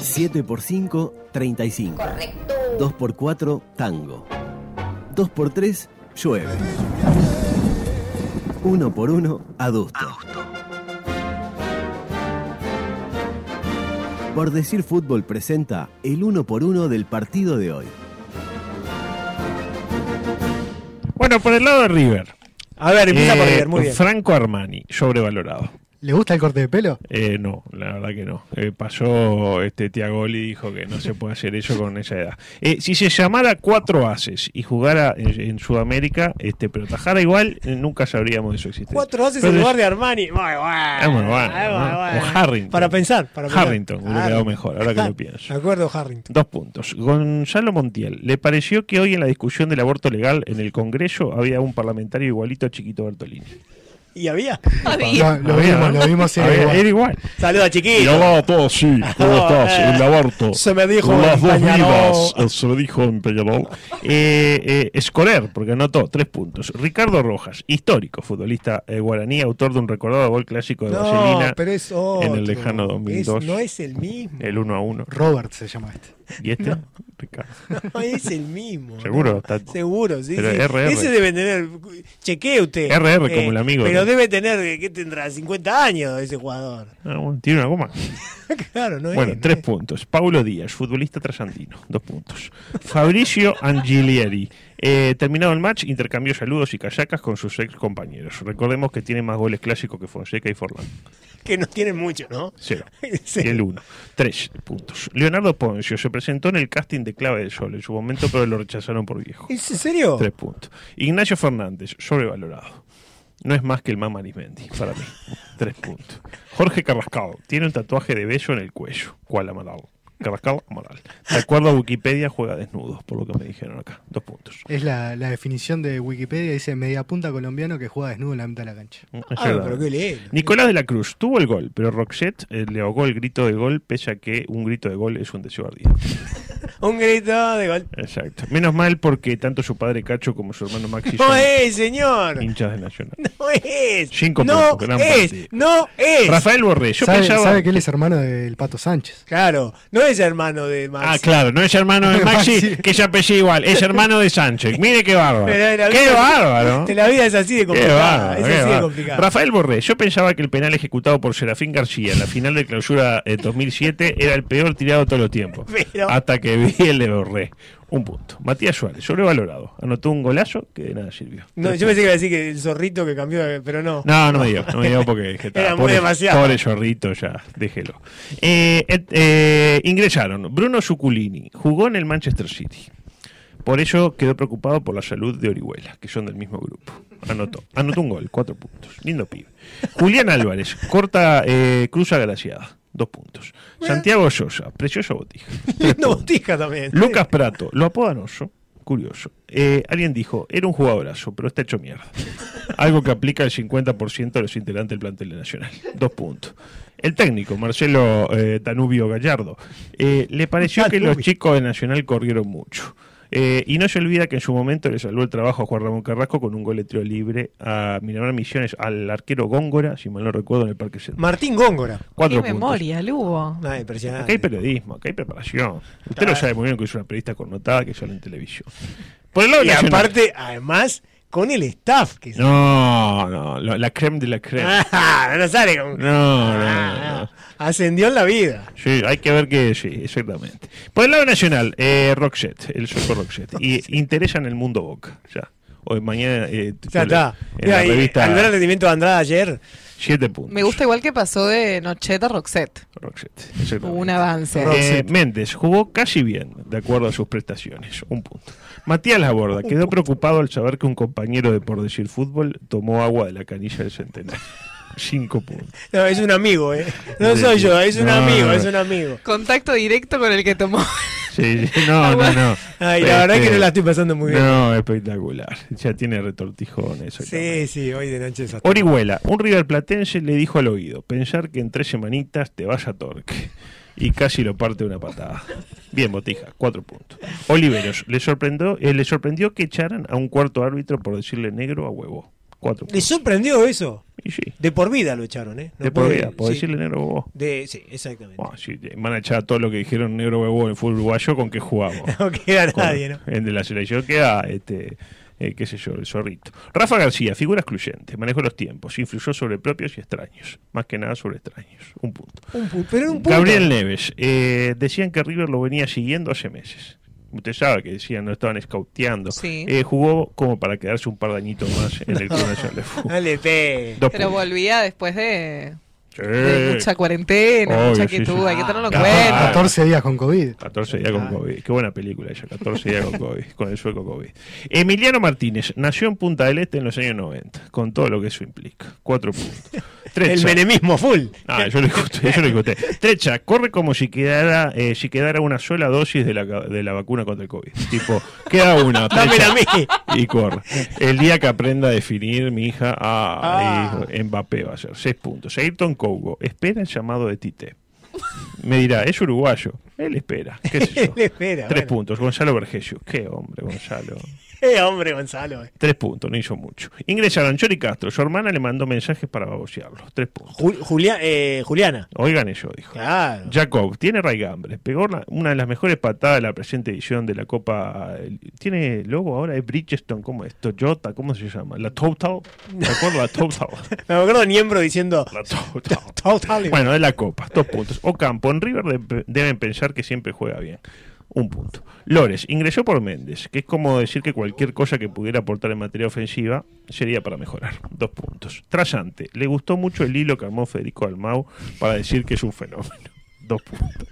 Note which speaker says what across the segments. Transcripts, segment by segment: Speaker 1: 7 por 5, 35.
Speaker 2: Correcto.
Speaker 1: 2 por 4, tango. 2 por 3, llueve. 1 por 1, adusto. Por decir fútbol presenta el 1 por 1 del partido de hoy.
Speaker 3: Bueno, por el lado de River.
Speaker 4: A ver, empieza por
Speaker 3: Eh,
Speaker 4: River, muy bien.
Speaker 3: Franco Armani, sobrevalorado.
Speaker 5: ¿Le gusta el corte de pelo?
Speaker 3: Eh, no, la verdad que no. Eh, pasó este Tiagoli y dijo que no se puede hacer eso con esa edad. Eh, si se llamara cuatro haces y jugara en, en Sudamérica, este, pero tajara igual, eh, nunca sabríamos de su existencia.
Speaker 4: Cuatro haces en
Speaker 3: Entonces,
Speaker 4: lugar de Armani. Muy bueno.
Speaker 3: es muy bueno,
Speaker 4: es muy
Speaker 3: ¿no?
Speaker 4: bueno.
Speaker 3: O Harrington.
Speaker 4: Para pensar. Para pensar. Ah,
Speaker 3: Harrington, hubiera quedado mejor, ahora que lo pienso.
Speaker 4: De acuerdo, Harrington.
Speaker 3: Dos puntos. Gonzalo Montiel, ¿le pareció que hoy en la discusión del aborto legal en el Congreso había un parlamentario igualito a Chiquito Bertolini?
Speaker 4: ¿Y había?
Speaker 5: Lo, lo
Speaker 3: Había,
Speaker 5: vimos,
Speaker 3: ¿no?
Speaker 5: lo vimos. sí,
Speaker 3: Había-
Speaker 5: igual.
Speaker 3: Era igual.
Speaker 4: Saluda, chiquito.
Speaker 6: Y hablaba todo así, ¿cómo estás?
Speaker 4: eh,
Speaker 6: El aborto.
Speaker 4: se me dijo
Speaker 6: Las
Speaker 4: en
Speaker 6: dos
Speaker 4: Peñarol.
Speaker 6: vidas, eh, se me dijo en Peñarol.
Speaker 3: Eh, eh, Escorer, porque anotó tres puntos. Ricardo Rojas, histórico futbolista eh, guaraní, autor de un recordado gol clásico de Barcelona,
Speaker 4: pero es otro.
Speaker 3: en el lejano 2002.
Speaker 4: Es- no es el mismo.
Speaker 3: el 1 a 1.
Speaker 5: Robert se llama este.
Speaker 3: ¿Y este? Ricardo.
Speaker 4: No es el mismo.
Speaker 3: Seguro,
Speaker 4: ¿no?
Speaker 3: está-
Speaker 4: Seguro, sí.
Speaker 3: Pero
Speaker 4: sí.
Speaker 3: RR.
Speaker 4: Ese debe tener. Chequee usted. Eh,
Speaker 3: RR como el amigo,
Speaker 4: Pero
Speaker 3: ¿no?
Speaker 4: debe tener. ¿Qué tendrá? 50 años ese jugador.
Speaker 3: Ah, bueno, tiene una goma.
Speaker 4: claro, no es,
Speaker 3: Bueno,
Speaker 4: no
Speaker 3: tres
Speaker 4: es.
Speaker 3: puntos. Paulo Díaz, futbolista trasandino, dos puntos. Fabricio Angilieri. eh, terminado el match, intercambió saludos y callacas con sus ex compañeros. Recordemos que tiene más goles clásicos que Fonseca y Forlán.
Speaker 4: Que no tienen mucho, ¿no?
Speaker 3: Cero.
Speaker 4: Sí.
Speaker 3: Y el uno. Tres puntos. Leonardo Poncio se presentó en el casting de Clave del Sol en su momento, pero lo rechazaron por viejo.
Speaker 4: ¿Es en serio?
Speaker 3: Tres puntos. Ignacio Fernández, sobrevalorado. No es más que el más Arismendi, para mí. Tres puntos. Jorge Carrascal, tiene un tatuaje de beso en el cuello. ¿Cuál Amaral? Carrascal Amaral. De acuerdo a Wikipedia, juega desnudo, por lo que me dijeron acá. Dos puntos.
Speaker 5: Es la, la definición de Wikipedia, dice mediapunta colombiano que juega desnudo en la mitad de la cancha.
Speaker 3: Es
Speaker 4: Ah,
Speaker 3: verdad.
Speaker 4: pero qué lindo.
Speaker 3: Nicolás de la Cruz tuvo el gol, pero Roxette eh, le ahogó el grito de gol, pese a que un grito de gol es un deseo ardiente.
Speaker 4: Un grito de gol.
Speaker 3: Exacto. Menos mal porque tanto su padre Cacho como su hermano Maxi
Speaker 4: No
Speaker 3: son
Speaker 4: es, señor.
Speaker 3: hinchas de Nacional.
Speaker 4: No es.
Speaker 3: Cinco
Speaker 4: no
Speaker 3: puntos, gran
Speaker 4: es.
Speaker 3: partido.
Speaker 4: No es.
Speaker 3: Rafael Borré, yo
Speaker 5: ¿Sabe,
Speaker 3: pensaba.
Speaker 5: sabe que él es hermano del Pato Sánchez?
Speaker 4: Claro, no es hermano de Maxi.
Speaker 3: Ah, claro, no es hermano de Maxi,
Speaker 5: Maxi.
Speaker 3: que se apellida igual, es hermano de Sánchez. Mire qué bárbaro.
Speaker 4: Pero la
Speaker 3: Qué
Speaker 4: vida-
Speaker 3: bárbaro.
Speaker 4: La vida es así de
Speaker 3: Qué
Speaker 4: complicada.
Speaker 3: bárbaro,
Speaker 4: Es
Speaker 3: qué
Speaker 4: así de
Speaker 3: bárbaro.
Speaker 4: complicada.
Speaker 3: Rafael Borré, yo pensaba que el penal ejecutado por Serafín García en la final de clausura eh, 2007 era el peor tirado de todos los tiempos.
Speaker 4: Pero-
Speaker 3: Hasta que vi el de Borré. Un punto. Matías Suárez, sobrevalorado. Anotó un golazo que de nada sirvió.
Speaker 4: No, yo pensé que iba a decir que el zorrito que cambió, de- pero no.
Speaker 3: No, no me dio, no me dio porque dije, "Ta,
Speaker 4: Era muy
Speaker 3: pobre,
Speaker 4: demasiado".
Speaker 3: pobre chorrito, ya, déjelo. Eh, et- eh, ingresaron Bruno Suculini, jugó en el Manchester City. Por ello quedó preocupado por la salud de Orihuela, que son del mismo grupo. Anotó, anotó un gol, cuatro puntos. Lindo pibe. Julián Álvarez, corta eh, cruz agraciada, dos puntos. Santiago Sosa, precioso botija. tres
Speaker 4: Lindo
Speaker 3: puntos.
Speaker 4: botija también.
Speaker 3: Lucas Prato, lo apodan oso, curioso. Eh, alguien dijo, era un jugadorazo, pero está hecho mierda. Algo que aplica el 50% de los integrantes del plantel de nacional. Dos puntos. El técnico, Marcelo eh, Danubio Gallardo, eh, le pareció que los chicos de Nacional corrieron mucho. Eh, y no se olvida que en su momento le salvó el trabajo a Juan Ramón Carrasco con un gol de tiro libre a Miramar Misiones, al arquero Góngora, si mal no recuerdo, en el Parque Central.
Speaker 4: Martín Góngora.
Speaker 3: Cuatro
Speaker 7: Qué
Speaker 3: puntos.
Speaker 7: memoria, Lugo.
Speaker 4: Ah, impresionante.
Speaker 3: Acá hay periodismo, acá hay preparación. Usted lo sabe muy bien que es una periodista connotada que sale en televisión. Por el lado
Speaker 4: y
Speaker 3: nacional-
Speaker 4: aparte, además, con el staff que
Speaker 3: No, no, lo- la creme de la creme.
Speaker 4: Ah, no sale con.
Speaker 3: No, no,
Speaker 4: Ah,
Speaker 3: no.
Speaker 4: Ascendió en la vida.
Speaker 3: Sí, hay que ver que sí, exactamente. Por el lado nacional, eh, Roxette, el soco Roxette. Y interesa en el mundo Boca, ya. Hoy mañana eh,
Speaker 4: Ya está.
Speaker 3: en la
Speaker 4: Mira, y
Speaker 3: revista
Speaker 4: al ver el rendimiento de Andrada ayer,
Speaker 3: siete puntos.
Speaker 7: Me gusta igual que pasó de Nocheta a Roxette.
Speaker 3: Roxette, exactamente.
Speaker 7: Hubo un avance.
Speaker 3: Eh, Méndez jugó casi bien, de acuerdo a sus prestaciones. Un punto. Matías Laborda quedó preocupado al saber que un compañero de Por Decir Fútbol tomó agua de la canilla del centenario. Cinco puntos.
Speaker 4: no, es un amigo, ¿eh? No soy yo, es un
Speaker 3: No,
Speaker 4: amigo,
Speaker 3: no, no.
Speaker 4: es un amigo.
Speaker 7: Contacto directo con el que tomó.
Speaker 3: Sí, sí, no, no, no.
Speaker 4: Ah, Ay, la verdad
Speaker 3: Este,
Speaker 4: que no la estoy pasando muy bien.
Speaker 3: No, espectacular. Ya tiene retortijones.
Speaker 4: Sí, sí, hoy de noche es hasta-
Speaker 3: Orihuela, un River Platense le dijo al oído, pensar que en tres semanitas te vas a Torque. Y casi lo parte de una patada. Bien, Botija, cuatro puntos. Oliveros, le sorprendió, eh, le sorprendió que echaran a un cuarto árbitro por decirle negro a huevo. Cuatro.
Speaker 4: ¿Le sorprendió eso?
Speaker 3: Y sí,
Speaker 4: De por vida lo echaron, ¿eh? No
Speaker 3: de por
Speaker 4: puede-
Speaker 3: vida, por
Speaker 4: sí.
Speaker 3: decirle negro vos.
Speaker 4: De- sí, exactamente.
Speaker 3: Bueno, sí, te van a echar todo lo que dijeron negro huevo en fútbol uruguayo con que jugamos.
Speaker 4: No queda
Speaker 3: Con-
Speaker 4: nadie, ¿no?
Speaker 3: El de la selección queda, este, eh, qué sé yo, el zorrito. Rafa García, figura excluyente, manejó los tiempos, influyó sobre propios y extraños. Más que nada sobre extraños. Un punto.
Speaker 4: Un pu- pero era un punto.
Speaker 3: Gabriel Neves, eh, decían que River lo venía siguiendo hace meses. Usted sabe que decían, no estaban escauteando.
Speaker 7: Sí.
Speaker 3: Eh, jugó como para quedarse un par de añitos más en el Club Nacional de Fútbol.
Speaker 4: No le pegue.
Speaker 3: Dos
Speaker 7: Pero
Speaker 3: puntos.
Speaker 7: volvía después de,
Speaker 3: Sí.
Speaker 7: de mucha cuarentena,
Speaker 3: Obvio,
Speaker 7: mucha
Speaker 3: sí,
Speaker 7: quietud.
Speaker 3: sí.
Speaker 7: Hay que tenerlo en
Speaker 3: Ah,
Speaker 7: cuenta.
Speaker 5: 14 días con COVID.
Speaker 3: 14 días con
Speaker 5: Ah.
Speaker 3: COVID. Qué buena película ella, 14 días con COVID, con el sueco COVID. Emiliano Martínez nació en Punta del Este en los años 90, con todo lo que eso implica. Cuatro puntos.
Speaker 4: El
Speaker 3: Trecha.
Speaker 4: menemismo full.
Speaker 3: Ah, yo lo escuché, yo lo escuché. Trecha, corre como si quedara, eh, si quedara una sola dosis de la, ca- de la vacuna contra el COVID. Tipo, queda una. trecha,
Speaker 4: Dámela a mí.
Speaker 3: Y corre. El día que aprenda a definir mi hija, ah,
Speaker 4: Ah.
Speaker 3: hijo, Mbappé va a ser. Seis puntos. Ayrton Cougo, espera el llamado de Tite. Me dirá, es uruguayo. Él espera. ¿Qué sé yo?
Speaker 4: Le espera.
Speaker 3: Tres
Speaker 4: bueno.
Speaker 3: puntos. Gonzalo Vergesio. Qué hombre, Gonzalo.
Speaker 4: Eh, hombre, Gonzalo. eh.
Speaker 3: Tres puntos, no hizo mucho. Ingresaron Chori Castro. Su hermana le mandó mensajes para babosearlos. Tres puntos.
Speaker 4: Ju- Julia- eh, Juliana.
Speaker 3: Oigan eso, dijo.
Speaker 4: Claro.
Speaker 3: Jacob, tiene raigambre. Pegó la- una de las mejores patadas de la presente edición de la Copa. ¿Tiene logo ahora? ¿Es Bridgestone? ¿Cómo es? ¿Toyota? ¿Cómo se llama? ¿La Total? ¿Te acuerdas? La Total.
Speaker 4: Me acuerdo Niembro diciendo.
Speaker 3: La Total.
Speaker 4: Total.
Speaker 3: Bueno, de la Copa, dos puntos. Ocampo, en River de- deben pensar que siempre juega bien. Un punto. Lores, ingresó por Méndez, que es como decir que cualquier cosa que pudiera aportar en materia ofensiva sería para mejorar. Dos puntos. Trasante, le gustó mucho el hilo que armó Federico Almau para decir que es un fenómeno. Dos puntos.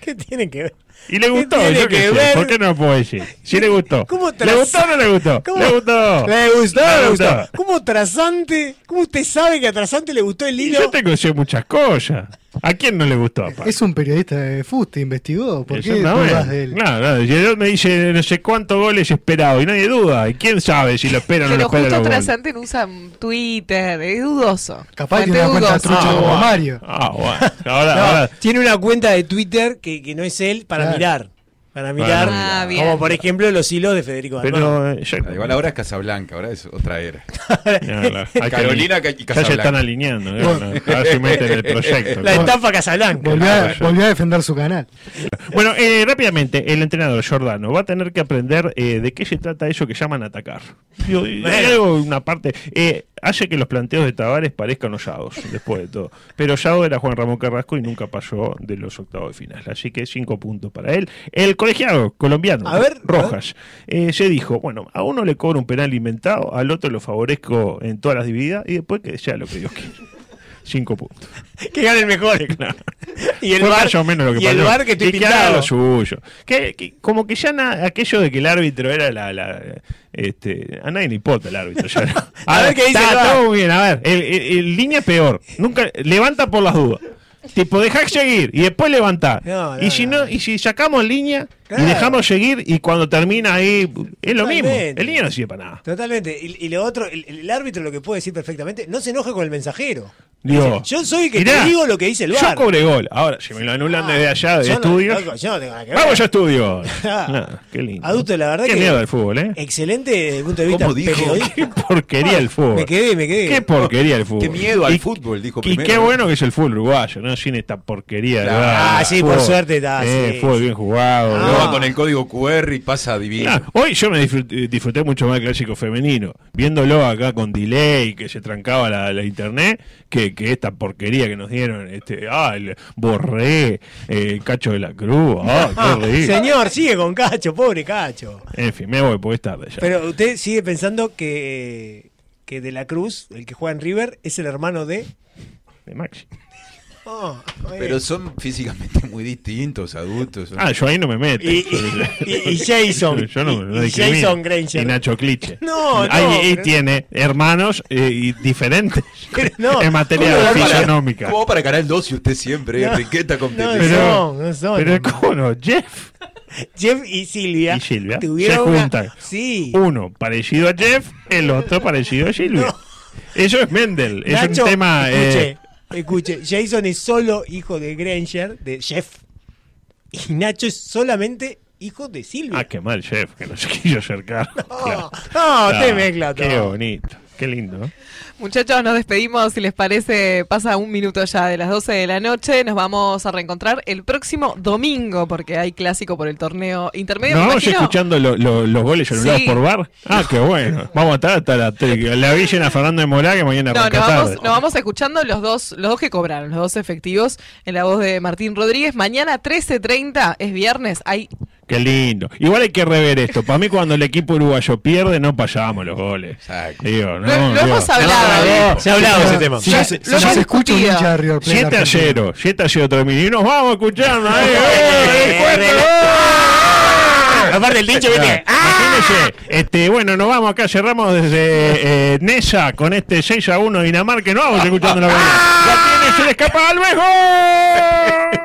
Speaker 4: ¿Qué tiene que ver?
Speaker 3: Y le
Speaker 4: ¿Qué
Speaker 3: gustó,
Speaker 4: tiene
Speaker 3: yo qué
Speaker 4: que
Speaker 3: sé,
Speaker 4: ver?
Speaker 3: ¿por qué no lo puedo decir? Si le gustó.
Speaker 4: ¿Cómo
Speaker 3: ¿Le
Speaker 4: tras-
Speaker 3: gustó o no le gustó?
Speaker 4: ¿Cómo?
Speaker 3: ¿Le gustó?
Speaker 4: Le gustó,
Speaker 3: Le
Speaker 4: le gustó.
Speaker 3: gustó.
Speaker 4: ¿Cómo Trasante? ¿Cómo usted sabe que a Trasante le gustó el
Speaker 3: Y
Speaker 4: hilo?
Speaker 3: Yo te conocí muchas cosas. ¿A quién no le gustó? aparte?
Speaker 5: Es un periodista de FUT, te investigó. ¿Por qué
Speaker 3: Exactamente.
Speaker 5: dudas de él?
Speaker 3: Claro, claro. Y él me dice no sé cuántos goles esperado y nadie duda. ¿Y quién sabe si lo espera o no lo
Speaker 7: Pero
Speaker 3: espera?
Speaker 7: justo
Speaker 3: los goles?
Speaker 7: Trasante no usa Twitter, es dudoso.
Speaker 5: Capaz
Speaker 7: Fuente
Speaker 5: tiene una cuenta
Speaker 7: dudosa.
Speaker 5: trucha
Speaker 3: Ah,
Speaker 5: como
Speaker 3: bueno.
Speaker 5: Mario.
Speaker 3: Ah, bueno. Ahora,
Speaker 4: No,
Speaker 3: ahora
Speaker 4: tiene una cuenta de Twitter que, que no es él para
Speaker 5: Claro.
Speaker 4: mirar. Para mirar.
Speaker 7: Ah, bien.
Speaker 4: como por ejemplo los hilos de Federico Dalmau.
Speaker 3: pero eh, ya-
Speaker 2: Ah, Igual ahora es Casablanca, ahora es otra era.
Speaker 4: Ah.
Speaker 3: Ya, claro. Hay que-
Speaker 2: Carolina Ca- y
Speaker 3: ya se están
Speaker 2: Casablanca.
Speaker 3: alineando. ¿eh? Bueno, ahora se meten en el proyecto.
Speaker 4: La
Speaker 3: ¿no?
Speaker 4: estafa Casablanca.
Speaker 5: Volvió a,
Speaker 3: Claro.
Speaker 5: volvió a defender su canal.
Speaker 3: Bueno, eh, rápidamente, el entrenador Giordano va a tener que aprender eh, de qué se trata eso que llaman atacar. Digo, y hay algo, una parte. eh, hace que los planteos de Tavares parezcan osados, después de todo. Pero osado era Juan Ramón Carrasco y nunca pasó de los octavos de final. Así que cinco puntos para él. El colegiado colombiano,
Speaker 4: A ver,
Speaker 3: Rojas, eh, se dijo: bueno, a uno le cobro un penal inventado, al otro lo favorezco en todas las divididas y después que sea lo que Dios quiera. Cinco puntos.
Speaker 4: Que gane el mejor.
Speaker 3: Claro.
Speaker 4: Y el
Speaker 3: Fue
Speaker 4: bar,
Speaker 3: más o menos lo que
Speaker 4: y el
Speaker 3: pasó.
Speaker 4: bar que estoy
Speaker 3: Y haga
Speaker 4: pintado.
Speaker 3: lo suyo. Que, que- como que ya na- aquello de que el árbitro era la. la, este, a nadie le importa el árbitro. ya, ¿no?
Speaker 4: A ver qué dice
Speaker 3: está
Speaker 4: el bar.
Speaker 3: todo muy bien, a ver. El, el- el línea es peor. Nunca, levanta por las dudas. Tipo, dejá seguir y después levantá.
Speaker 4: No, no,
Speaker 3: y si no,
Speaker 4: no.
Speaker 3: y si sacamos línea
Speaker 4: Claro.
Speaker 3: y dejamos seguir y cuando termina ahí es lo mismo.
Speaker 4: Totalmente.
Speaker 3: El línea no sirve para nada.
Speaker 4: Totalmente. Y, y lo otro, el, el árbitro lo que puede decir perfectamente, no se enoje con el mensajero.
Speaker 3: Digo,
Speaker 4: Dice, yo soy el que te
Speaker 3: mirá,
Speaker 4: digo lo que dice el
Speaker 3: Yo
Speaker 4: bar. Ah,
Speaker 3: cobré gol. Ahora, si me lo anulan desde allá, de
Speaker 4: Yo no-
Speaker 3: estudios.
Speaker 4: loco, yo no tengo nada que ver.
Speaker 3: Vamos a estudio.
Speaker 4: Ah.
Speaker 3: Nah, qué lindo.
Speaker 4: Adulto, la verdad
Speaker 3: qué
Speaker 4: que-
Speaker 3: miedo al fútbol, ¿eh?
Speaker 4: Excelente desde el punto de vista
Speaker 2: ¿Cómo dijo?
Speaker 3: Qué
Speaker 4: periodístico.
Speaker 3: porquería el fútbol.
Speaker 4: Me quedé, me quedé.
Speaker 3: Qué porquería el fútbol.
Speaker 2: Qué miedo al
Speaker 3: Y-
Speaker 2: fútbol, dijo
Speaker 3: Y
Speaker 2: primero.
Speaker 3: qué bueno que es el fútbol uruguayo, ¿no? Sin esta porquería. de
Speaker 2: Claro.
Speaker 3: verdad.
Speaker 4: Ah, sí, por
Speaker 3: Fútbol-
Speaker 4: suerte está,
Speaker 3: Eh,
Speaker 4: sí. Ah.
Speaker 3: Fútbol bien jugado.
Speaker 2: Lo
Speaker 3: ¿no?
Speaker 2: va con el código QR y pasa divino.
Speaker 3: Nah, hoy yo me disfruté, disfruté mucho más el clásico femenino, viéndolo acá con delay, que se trancaba la, la internet, que, que esta porquería que nos dieron, este, ah, el borré, eh, cacho de la cruz, ah,
Speaker 4: Ah,
Speaker 3: qué rico.
Speaker 4: señor, sigue con Cacho, pobre Cacho.
Speaker 3: En fin, me voy porque es tarde ya.
Speaker 4: Pero usted sigue pensando que, que De la Cruz, el que juega en River, es el hermano de.
Speaker 3: De Maxi.
Speaker 4: Oh, eh.
Speaker 2: Pero son físicamente muy distintos, adultos. son-
Speaker 3: Ah, yo ahí no me meto.
Speaker 4: Y- y- y- y Jason.
Speaker 3: Yo no- no
Speaker 4: Y- y
Speaker 3: discrimino.
Speaker 4: Jason Granger.
Speaker 3: Y Nacho Cliche.
Speaker 4: No, no,
Speaker 3: Ahí, ahí
Speaker 4: pero-
Speaker 3: tiene hermanos eh, y diferentes
Speaker 4: Pero no,
Speaker 3: en
Speaker 4: ¿cómo
Speaker 3: materia
Speaker 2: Como
Speaker 4: no?
Speaker 3: fisionómica.
Speaker 2: Como para Canal 12 usted siempre,
Speaker 4: No.
Speaker 2: Enriqueta
Speaker 4: No,
Speaker 2: completamente.
Speaker 3: Pero-
Speaker 4: no, no son.
Speaker 3: Pero
Speaker 4: hermanos.
Speaker 3: ¿cómo no? Jeff
Speaker 4: eh, Jeff y Silvia.
Speaker 3: y Silvia se
Speaker 4: tuvieron una-
Speaker 3: juntan.
Speaker 4: Sí.
Speaker 3: Uno parecido a Jeff, el otro parecido a Silvia. Eso es Mendel. Es
Speaker 4: Nacho,
Speaker 3: un tema.
Speaker 4: Escuche,
Speaker 3: eh,
Speaker 4: escuche. Jason es solo hijo de Granger, de Jeff. Y Nacho es solamente hijo de Silvia.
Speaker 3: ah, qué mal, Jeff, que no se quiso acercar.
Speaker 4: Oh,
Speaker 3: Claro.
Speaker 4: no,
Speaker 3: Ah,
Speaker 4: te mezcla
Speaker 3: Qué
Speaker 4: todo.
Speaker 3: bonito. Qué lindo. ¿eh?
Speaker 7: Muchachos, nos despedimos. Si les parece, pasa un minuto ya de las 12 de la noche. Nos vamos a reencontrar el próximo domingo, porque hay clásico por el torneo intermedio. me
Speaker 3: No, yo
Speaker 7: imagino.
Speaker 3: escuchando lo- lo- los goles anulados
Speaker 7: Sí.
Speaker 3: por bar. Ah, qué bueno. Vamos a estar hasta la, tri- la Villa en Fernanda de Morá que mañana
Speaker 7: No,
Speaker 3: arranca
Speaker 7: nos vamos,
Speaker 3: tarde.
Speaker 7: nos vamos escuchando los dos, los dos que cobraron, los dos efectivos, en la voz de Martín Rodríguez. Mañana 13.30, es viernes, hay
Speaker 3: Qué lindo. Igual hay que rever esto. Para mí, cuando el equipo uruguayo pierde, no pasamos los goles.
Speaker 2: Exacto.
Speaker 3: Digo, no,
Speaker 7: Lo- lo
Speaker 3: digo.
Speaker 7: hemos hablado. ¿eh?
Speaker 4: Se ha hablado de ese tema.
Speaker 5: Si
Speaker 7: Ya,
Speaker 5: no se-
Speaker 7: lo
Speaker 5: si no
Speaker 7: hemos
Speaker 5: se escucha un
Speaker 7: discutido.
Speaker 5: hincha de River Plate
Speaker 3: Siete a
Speaker 5: argentino.
Speaker 3: cero, siete a cero termina. Y nos vamos a escuchar, ¿no? ¡Eh, eh, eh, cuatro,
Speaker 8: Ah, Aparte el dicho,
Speaker 3: Claro.
Speaker 8: viste.
Speaker 3: Imagínense, este, bueno, nos vamos acá, cerramos desde eh, Nesa con este 6 a 1 Dinamarca, y nos vamos escuchando la verdad. ¡La tiene, se le escapa al mejor!